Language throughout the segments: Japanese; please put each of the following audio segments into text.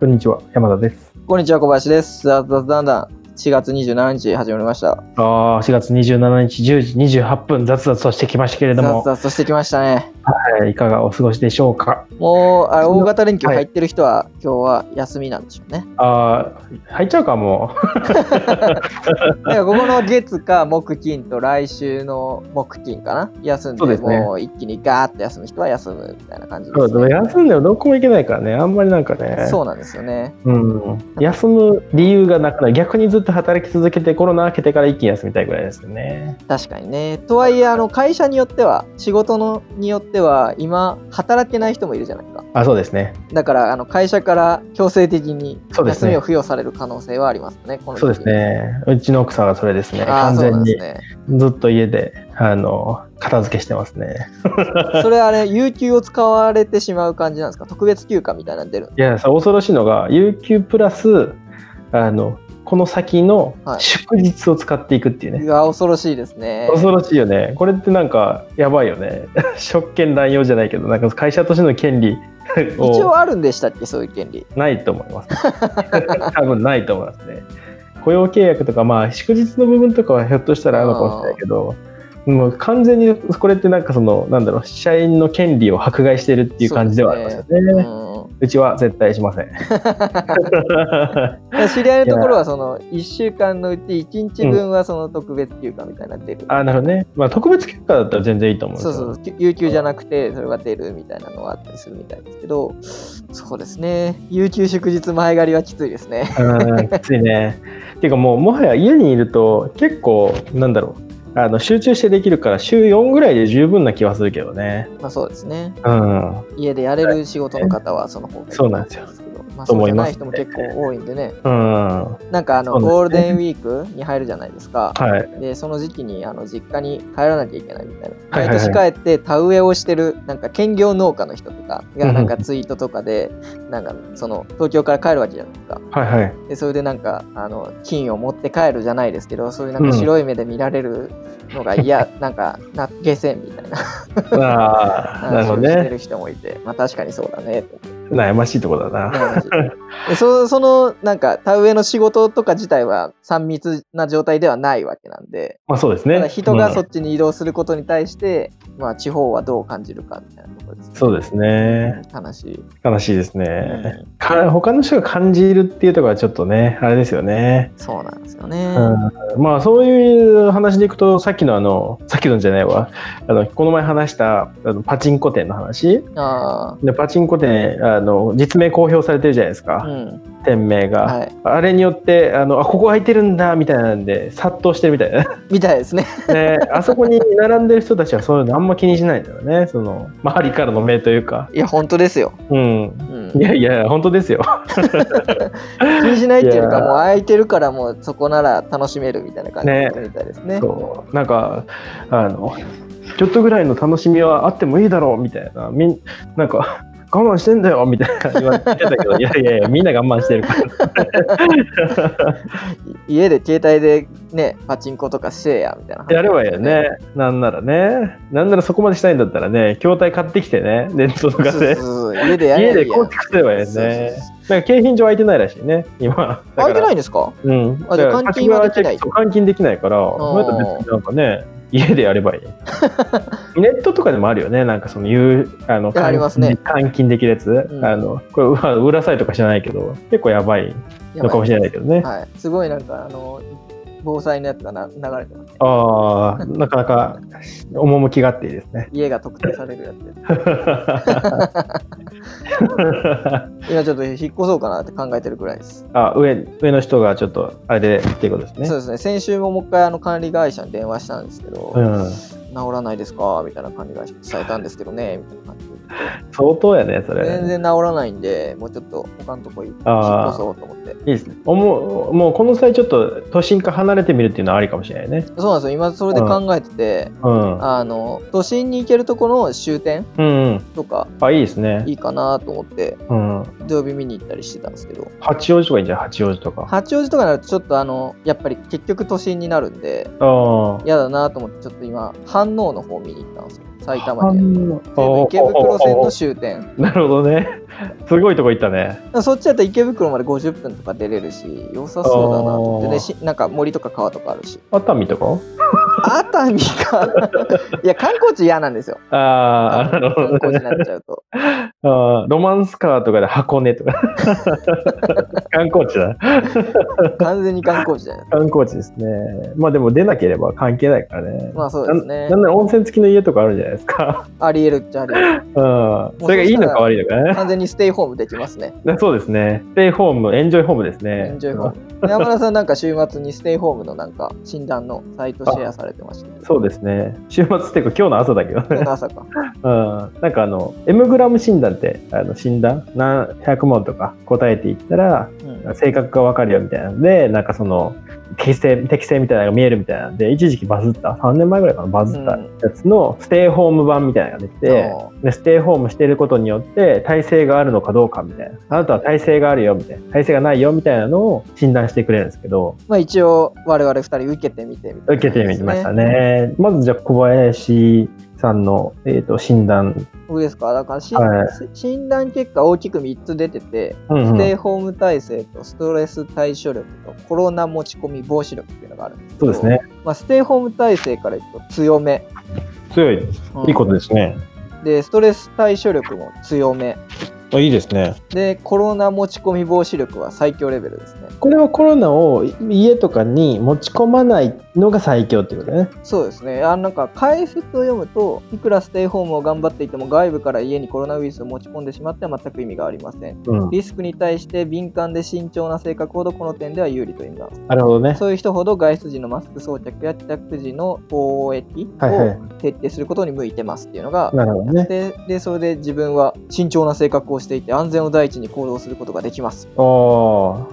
こんにちは、山田です。こんにちは、小林です。ザザザンダン4月27日始まりました。ああ、4月27日10時28分、雑々としてきましたけれどザも、ザとしてきましたね。はいいかがお過ごしでしょうか。もう、あれうん大型連休入ってる人は、今日は休みなんでしょうね。ああ、入っちゃうか、もだからここの月か木金と来週の木金かな休んでそうですねもう一気にガーッと休む人は休むみたいな感じう。です、でも休んでもどこも行けないからね、あんまりなんかね、そうなんですよね。うん、休む理由がなくない、逆にずっと働き続けて、コロナ明けてから一気に休みたいぐらいですよね。確かにね。とはいえ、あの会社によっては、仕事のによっては、今、働けない人もいるじゃないか。あそうですね、だから、あの会社から強制的にそうです休ねみを付与される可能性はありますね。この時期そうですね、うちの奥さんはそれですね、あー完そう全なんにですね。ずっと家で、あの、片付けしてますね。それあれ、有給を使われてしまう感じなんですか特別休暇みたいなの出るのいやさ恐ろしいのが有給プラスあのこの先のはい祝日を使っていくっていうね、うわ、恐ろしいですね。恐ろしいよねこれってなんかやばいよね 職権乱用じゃないけどなんか会社としての権利 一を応あるんでしたっけそういう権利。ないと思います多分ないと思います ね雇用契約とかまあ祝日の部分とかはひょっとしたらあるのかもしれないけどもう完全にこれってなんかそのなんだろう社員の権利を迫害してるっていう感じではありますよねう、うんちは絶対しま せん知り合いのところは、その、1週間のうち1日分はその特別休暇みたいなの出る。あなるほどね。まあ特別結果だったら全然いいと思うんそでうすそよ。うそう、有給じゃなくて、それが出るみたいなのはあったりするみたいですけど、そうですね、有給祝日前借りはきついですね。 うん、きついね。 っていうかもうもはや家にいると結構なんだろうあの集中してできるから週4ぐらいで十分な気はするけどね。まあそうですね、うん。家でやれる仕事の方はその方がいいそうなんですよけど、まあとそう思じいゃまなすい人も結構多いんでね、うん。はなんかあのそうなんですねゴールデンウィークに入るじゃないですか。い。でその時期にあの実家に帰らなきゃいけないみたいなはいはい毎年帰って田植えをしてるなんか兼業農家の人とかうんうがんなんかツイートとかでなんかその東京から帰るわけじゃないですかはいはい。でそれでなんかあの金を持って帰るじゃないですけどそういうなんか白い目で見られるのが嫌、なんかな下船みたいな ああ、なる話ほどをしてね。る人もいてまあ確かにそうだねと悩ましいところだな。でそそのなんか田植えの仕事とか自体は3密な状態ではないわけなんで、まあそうですただね。人がそうんっちに移動することに対して、まあ、地方はどう感じるかみたいなところです、ね。そうですね。悲しい。悲しいですうね。んか他の人が感じるっていうところはちょっとね、あれですよね。そうなんですよね。うんまあそういう話でいくとさっきのあのさっきのじゃないわあのこの前話したあのパチンコ店の話あでパチンコ店あの実名公表されてるじゃないですあ、うか、ん。店名が、はい。あれによってあのあここ空いてるんだみたいなんで殺到してるみたい なみたいですね。ねあそこに並んでる人たちはそういうのあんま気にしないんだよねその周りからの目というかいや、本当ですよ。うんうん、い気やいや本当ですよにしないっていうか、いやもう空いてるから、もうそこなら楽しめるみたいな感じねみたいですね。そうなんかあのちょっとぐらいの楽しみはあってもいいだろうみたいなみんなんか我慢してんだよみたいな言われてたけどいやいやいやみんな我慢してるからい家で携帯でね、パチンコとかしてやみたいな話。やればいいよねなんならねなんならそこまでしたいんだったらね筐体買ってきてねネットとそうかそうでそう。家でやれ家ばいでいやん構築すればいいよそうそうねなんか景品上空いてないらしいね今空いてないいんですかうんあじゃあ換金はできないだから換金できないからそうやったら別になんかね家でやればい いネットとかでもあるよねなんかその有あのいやありますね換金できるやつ、んあのこれうわ裏サイトか知らないけど結構やばいやのばかもしれないけどね、はい、すごいなんかあの防災のやつがな流れてますね。ああなかなか趣があっていいですね 家が特定されるやつです。今ちょっと引っ越そうかなって考えてるくらいです。あ上上の人がちょっとあれでっていうことですねそうですね。先週ももう一回あの管理会社に電話したんですけど、うん、治らないですかみたいな管理会社に伝えたんですけどね、みたいな感じで。相当やねそれ全然治らないんで、もうちょっと他のとこ行って引あーっ越そうと思って。いいですねおもうもうこの際ちょっと都心から離れてみるっていうのはありかもしれないねそうなんですよ。今それで考えてて、うんあの都心に行けるところの終点うんうん、とかあいいですね、いいかなと思って、うん、土曜日見に行ったりしてたんですけど、八王子とかいいんじゃない八王子とか八王子とかになるとちょっとあのやっぱり結局都心になるんでああ嫌だなと思ってちょっと今反応の方見に行ったんですよ埼玉県あー西武池袋線の終点なるほどね。すごいとこ行ったね。そっちだったら池袋まで50分とか出れるし良さそうだなと思ってでしなんか森とか川とかあるし熱海とか熱海か いや観光地嫌なんですよああ、なるほ観ど光地ねに。なっちゃうとあーロマンスカーとかで箱根と か。観光地だ。完全に観光地じゃない観光地ですね。まあでも出なければ関係ないからね。まあそうですなねなんなら温泉付きの家とかあるじゃないですか。ありえるっちゃありえるうん。それがいいのか悪いのかね。完全にステイホームできますねそうですね。ステイホーム、エンジョイホームですね。エンジョイホーム山田さんなんか週末にステイホームのなんか診断のサイトシェアされてま したけどそうですね。週末っていうか今日の朝だけどね 今日の朝かうんなんかあの、M グラム診断って、あの診断、何百問とか答えていったら、うん性格がわかるよみたいなので、なんかその、適性、適性みたいなのが見えるみたいなんで、一時期バズった、3年前ぐらいかな、バズったうんやつのステイホーム版みたいなのができて、でステイホームしていることによって、体性があるのかどうかみたいな、あなたは体性があるよみたいな、体性がないよみたいなのを診断してくれるんですけど、まあ一応我々二人受けてみてみたいな受けてみましたね。まずじゃあ、小林さんの、えー、と診断。そうですかだからし、はい診断結果大きく3つ出てて、うんうんステイホーム体制とストレス対処力とコロナ持ち込み防止力っていうのがあるんですけそうどですね。まあ、ステイホーム体制からいくと強め、強い。うんいいことですね。でストレス対処力も強めあいいですね。でコロナ持ち込み防止力は最強レベルですねこれはコロナを家とかに持ち込まないのが最強っていうことね。そうですねあなんか解説を読むといくらステイホームを頑張っていても外部から家にコロナウイルスを持ち込んでしまっては全く意味がありませんうん。リスクに対して敏感で慎重な性格ほどこの点では有利と言います。なるほどね。そういう人ほど外出時のマスク装着や帰宅時の防疫はいはいを徹底することに向いてますっていうのが、なるほどね。ででそれで自分は慎重な性格をしていて安全を第一に行動することができます。ああ、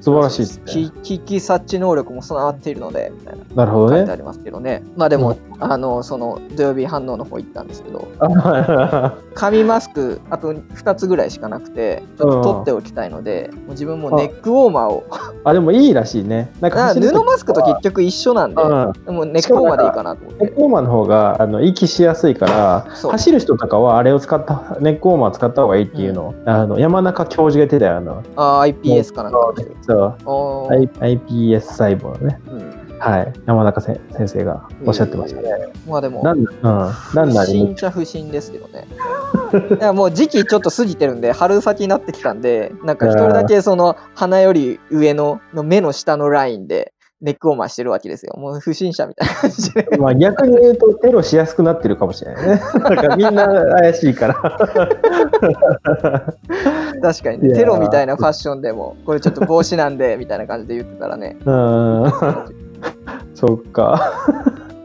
素晴らしいですね。き危機察知能力も備わっているのでみたいななるほ書どいてね。ありますけどね。まあでうも、あのその土曜日反応の方行ったんですけど、あ紙マスクあと2つぐらいしかなくてちょっと取っておきたいので、もう自分もネックウォーマーをあ、でもいいらしいね。なんかあ走る布マスクと結局一緒なんで、うん。もう根っこまでいいかなと思っネッてク。ウォーマーの方があの息しやすいからそう走る人とかはあれを使ったネックウォーマー使った方がいいっていうの,、あの山中教授が言ってたよあのあー iPS かなんかでしそうょ。あー I- iPS 細胞のねうんはい山中せん先生がおっしゃってましたね、まあでも、なん、うん、ランナ不ーに審っちゃ不審ですけどね。 いやもう時期ちょっと過ぎてるんで、春先になってきたんで、なんか一人だけその鼻より上のの目の下のラインでネックウォーマーしてるわけですよ。もう不審者みたいな感 じで。まあ逆に言うとテロしやすくなってるかもしれない ね。だからみんな怪しい から。確かにいね、やーテロみたいなファッションでも、これちょっと帽子なん で、みたいな感じで言ってたらね、うん。 そうか。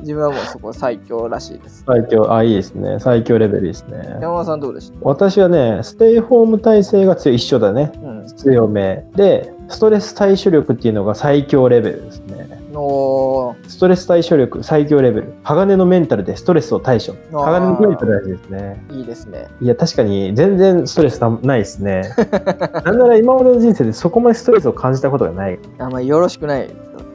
自分はもうそこ最強らしいです。最強、あ、いいですね。最強レベルですね。山田さんどうでした私はね、ステイホーム体制が強い一緒だね。うん強め。で、ストレス対処力っていうのが最強レベルですね。のストレス対処力、最強レベル。鋼のメンタルでストレスを対処。鋼のメンタル大事ですね。いいですね。いや確かに全然ストレスなないですね。 なんなら今までの人生でそこまでストレスを感じたことがない。いあんまりよろしくない。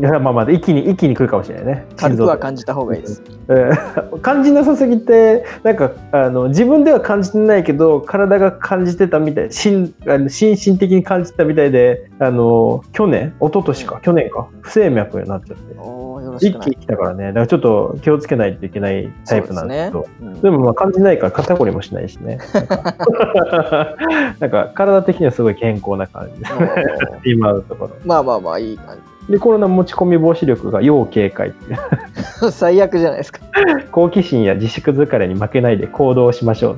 やまあまあ一気に一気に来るかもしれないね。軽くは感じ。じた方がいいです。うん 感じなさすぎてなんかあの自分では感じてないけど体が感じてたみたい心あの心身的に感じてたみたいであの去年一昨年か去年か不整脈になっちゃっておーよろし一くな気いに。来たからねだからちょっと気をつけないといけないタイプなんですけど。そうですねでもまあ感じないから肩こりもしないしね。なんか なんか体的にはすごい健康な感じですうんもう今のところ。まあまあまあいい感で、コロナ持ち込み防止力が要警戒っていう。じ。 最悪じゃな いですか。好奇心や自粛疲れに負けないで行動しましょ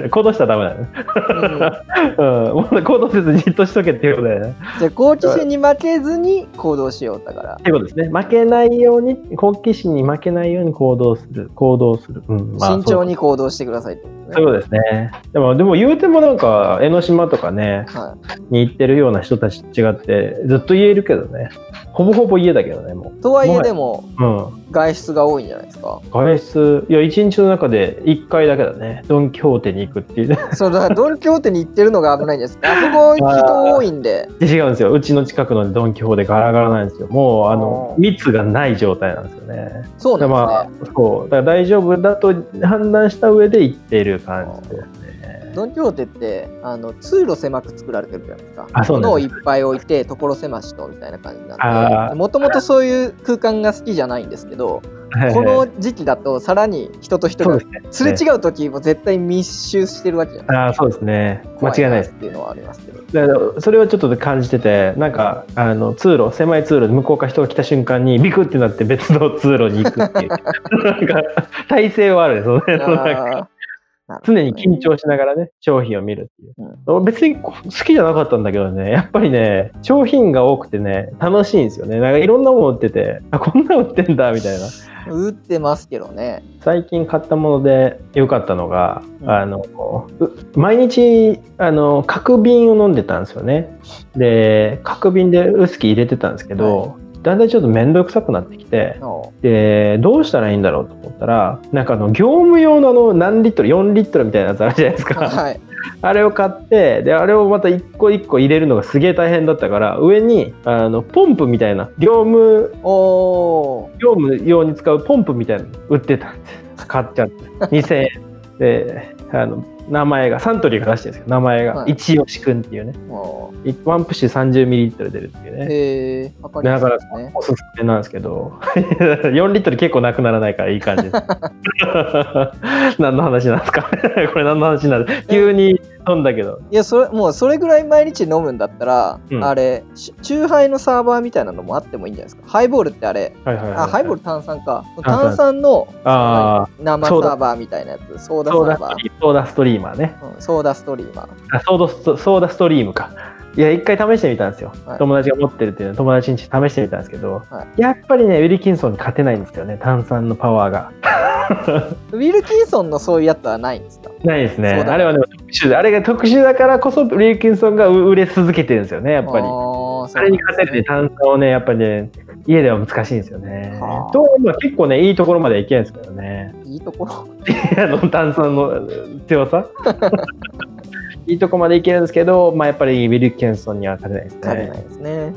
う。 行動したらダメだね。うんじゃうん。まだ行動せずじっとしとけっていうことだよね。あ好奇心に負けずに行動しようだからっ。ていうことですね。負けないように、好奇心に負けないように行動する。行動する。うん。まあ慎重に行動してくださいって、そうそういうことですね。でも、でも言うてもなんか、江ノ島とかね、はに行ってるような人たちと違ってずっと言えるけどねほぼほぼ家だけどね、もとはいえでもう。うん。外出が多いんじゃないですか。外出、いや、一日の中で1回だけだね。ドン・キホーテに行くっていう。そうだからドン・キホーテに行ってるのが危ないんです。あそこ人多いんで。で違うんですよ。うちの近くのドン・キホーテガラガラなんですよ。もう、あのあ、ー密がない状態なんですよね。そうでなまあんで、そう。だから大丈夫だと判断した上で行っている感じですすね。ね。ドン・キホーテってあの通路狭く作られてるじゃないですか。あそうなん物ですをいっぱい置いて所狭しとみたいな感じなんあでもともとそういう空間が好きじゃないんですけど こはいはい、の時期だとさらに人と人そうがですね。すれ違う時も絶対密集してるわけじゃないああ、そうですね。間怖違いないですっていうのはありますけどだからそれはちょっと感じててなんかあの通路狭い通路で向こうから人が来た瞬間にビクってなって別の通路に行くって いうなんか体勢はあるんですよねその なんかあーなるほど常ねに緊張しながらね商品を見るっていう、別に好きじゃなかったんだけどねやっぱりね商品が多くてね楽しいんですよねなんかいろんなもの売っててあこんなの売ってんだみたいな打ってますけどね最近買ったもので良かったのが、うんあのう毎日あの角瓶を飲んでたんですよねで角瓶でウイスキー入れてたんですけど、だんだんちょっと面倒くさくなってきてのでどうしたらいいんだろうと思ったらなんかあの業務用のあの何リットル4リットルみたいなやつあるじゃないです かはいあれを買ってであれをまた一個一個入れるのがすげえ大変だったから上にあのポンプみたいな業務おおー業務用に使うポンプみたいなの売ってたんです買っちゃって 2000円であの名前がサントリーが出してるんですけど名前が、はい一押しくんっていうねもいワンプッシュ30ミリリットル出るっていううねへえわかりますだねおすすめなんですけど 4リットル結構なくならないからいい感じです 何の話なんですか これ何の話なんです急に飲んだけどいやそれもうそれぐらい毎日飲むんだったら、うんあれしチューハイのサーバーみたいなのもあってもいいんじゃないですかハイボールってあれはいはいはいあハイボール炭酸か炭酸炭酸のあ生サソーダーバーみたいなやつソーーダサソーダーストバリーソーダストリーマーねー、うんソーダストリーマーあソードストソーダストリームか。いや、一回試してみたんですよ。はい友達が持ってるっていうのを友達に試してみたんですけど、はやっぱりね、ウィルキンソンに勝てないんですよね、炭酸のパワーが。ウィルキンソンのそういうやつはないんですかないですね。そうだねあれはでも特殊で、あれが特殊だからこそ、ウィルキンソンがう売れ続けてるんですよね、やっぱりあ。ーそあうなれんにで勝てるすねね、炭酸をね、やっぱりね、家では難しいんですよねは。あと、まあ、結構ね、いいところまではいけないですけどね。いいところあの炭酸の強さ。いいとこまでいけるんですけど、まあ、やっぱりウィルキンソンには勝てないですね。わかれないですね。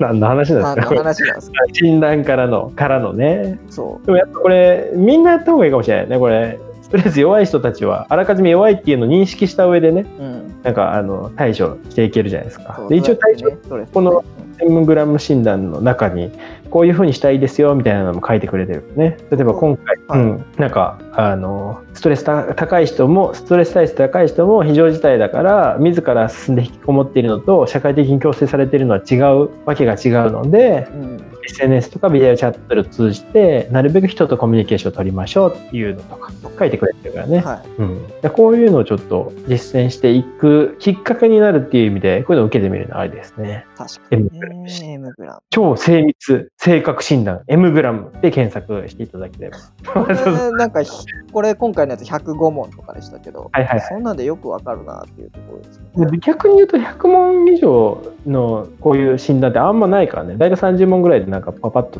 何の話なん何でのすか話なんですか。診断からのからのねそでもやっぱこれみんなやった方がいいかもしれないねこれストレス弱い人たちはあらかじめ弱いっていうのを認識した上でねう。うん。なんかあの対処していけるじゃないですかそうで一応対そう処ですねそうですねこのうんグラム診断の中にこういうふうにしたいですよみたいなのも書いてくれてるね例えば今回、はいうん、なんかあのストレスた高い人もストレス体質高い人も非常事態だから自ら進んで引きこもっているのと社会的に強制されているのは違うわけが違うのでうん。 SNS とかビデオチャットを通じてなるべく人とコミュニケーションを取りましょうっていうのとか書いてくれてるからね、はうん、でこういうのをちょっと実践していくきっかけになるっていう意味でこういうのを受けてみるのはありですねい。確かに M グラムね。M グラ 超精密性格診断 M グラムで検索していただけれ ばム。これなんかひこれ今回のやつ105問とかでしたけど、はいはいはいそんなんでよくわかるなっていうところですね。で逆に言うと100問以上のこういう診断ってあんまないからね大体30問ぐらいでなんかパパッと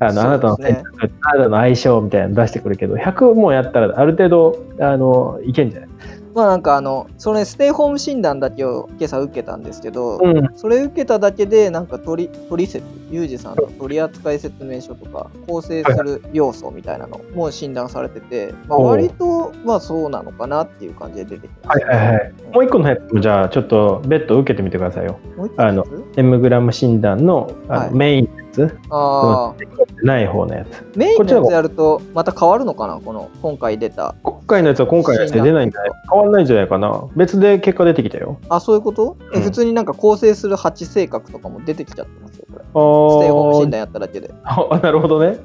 あの、あなたそのうです選ね択、あなたの相性みたいなの出してくるけど100問やったらある程度あのいけんじゃないまあなんかあのそれステイホーム診断だけを今朝受けたんですけど、うんそれ受けただけでなんか取り取説ユージさんの取扱説明書とか構成する要素みたいなのも診断されてて、まあ、おう割とまあそうなのかなっていう感じで出てきまはしいた、はいはい。もう一個のやつもじゃあちょっと別途受けてみてくださいよ。もう一個あの M グラム診断のあのはいメインのやつ、あーない方のやつ。メイこンっちのの方やつやるとまた変わるのかなこの今回出た今回のやつは今回のやつで出ないんじゃない変わんないんじゃないかな。別で結果出てきたよ。あそういうこと、えうん普通になんか構成する8性格とかも出てきちゃってますよこれスあーテイホーム診断やっただ けであなるほどね。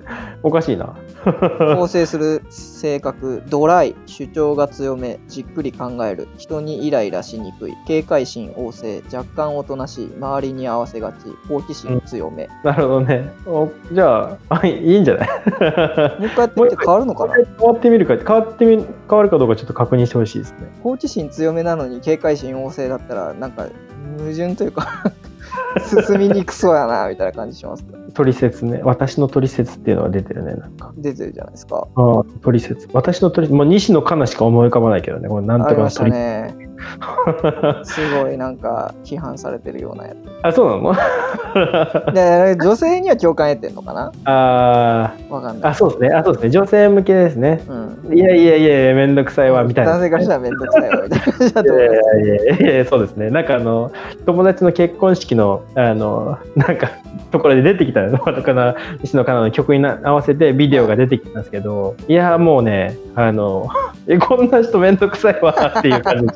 おかしいな。構成する性格ドライ主張が強めじっくり考える人にイライラしにくい警戒心旺盛若干おとなしい周りに合わせがち好奇心強め、なるほどね。おじゃああいいいんじゃないもう一回やってみて変わるのかこなれ変わってみるか変わってみ変わるかどうかちょっと確認してほしいですね。好奇心強めなのに警戒心旺盛だったらなんか矛盾というか 進みにくそうやなみたいな感じしますね取説ね私の取説っていうのが出てるねなんか出てるじゃないですかああ取説私の取説もう西野カナしか思い浮かばないけどねこれなんとあかりまのした取説ねすごいなんか批判されてるようなやつ あそうなので女性には共感得てんのかなあわかんーないあそうですねあそうですね女性向けですねうんいやいやいやめんどくさいわみたいな男性からしたら面倒くさいわみたいな感じだいと思いやまい すやいやいやそうですねなんかあの友達の結婚式のあのなんかところで出てきたのとかな西野カナの曲にな合わせてビデオが出てきたんですけどいやもうねあのえこんな人めんどくさいわっていう感じ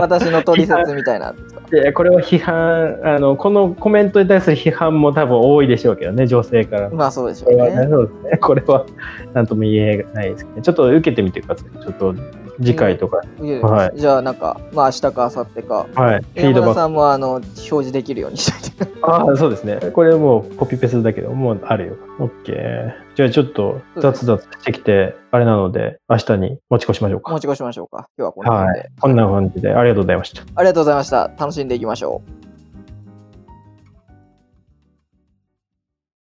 私の取説みたいなでこれは批判あのこのコメントに対する批判も多分多いでしょうけどね女性から。まあそうでしょこうれはねねそうですねこれはなんとも言えないですけど、ね、ちょっと受けてみてくださいちょっと次回とか、いやはじゃあなんかまあ明日か明後日かはいフィー山ドバッ田クさんもあの表示できるようにしといて ああ、そうですね。これもうコピペするだけど、もうあるよ。オッケー。じゃあちょっと雑々してきて、あれなので、明日に持ち越しましょう持か。ち越しましょうか今日はこんなは感じで、い。こんな感じで、ありがとうございました。ありがとうございました楽しんでいきましょう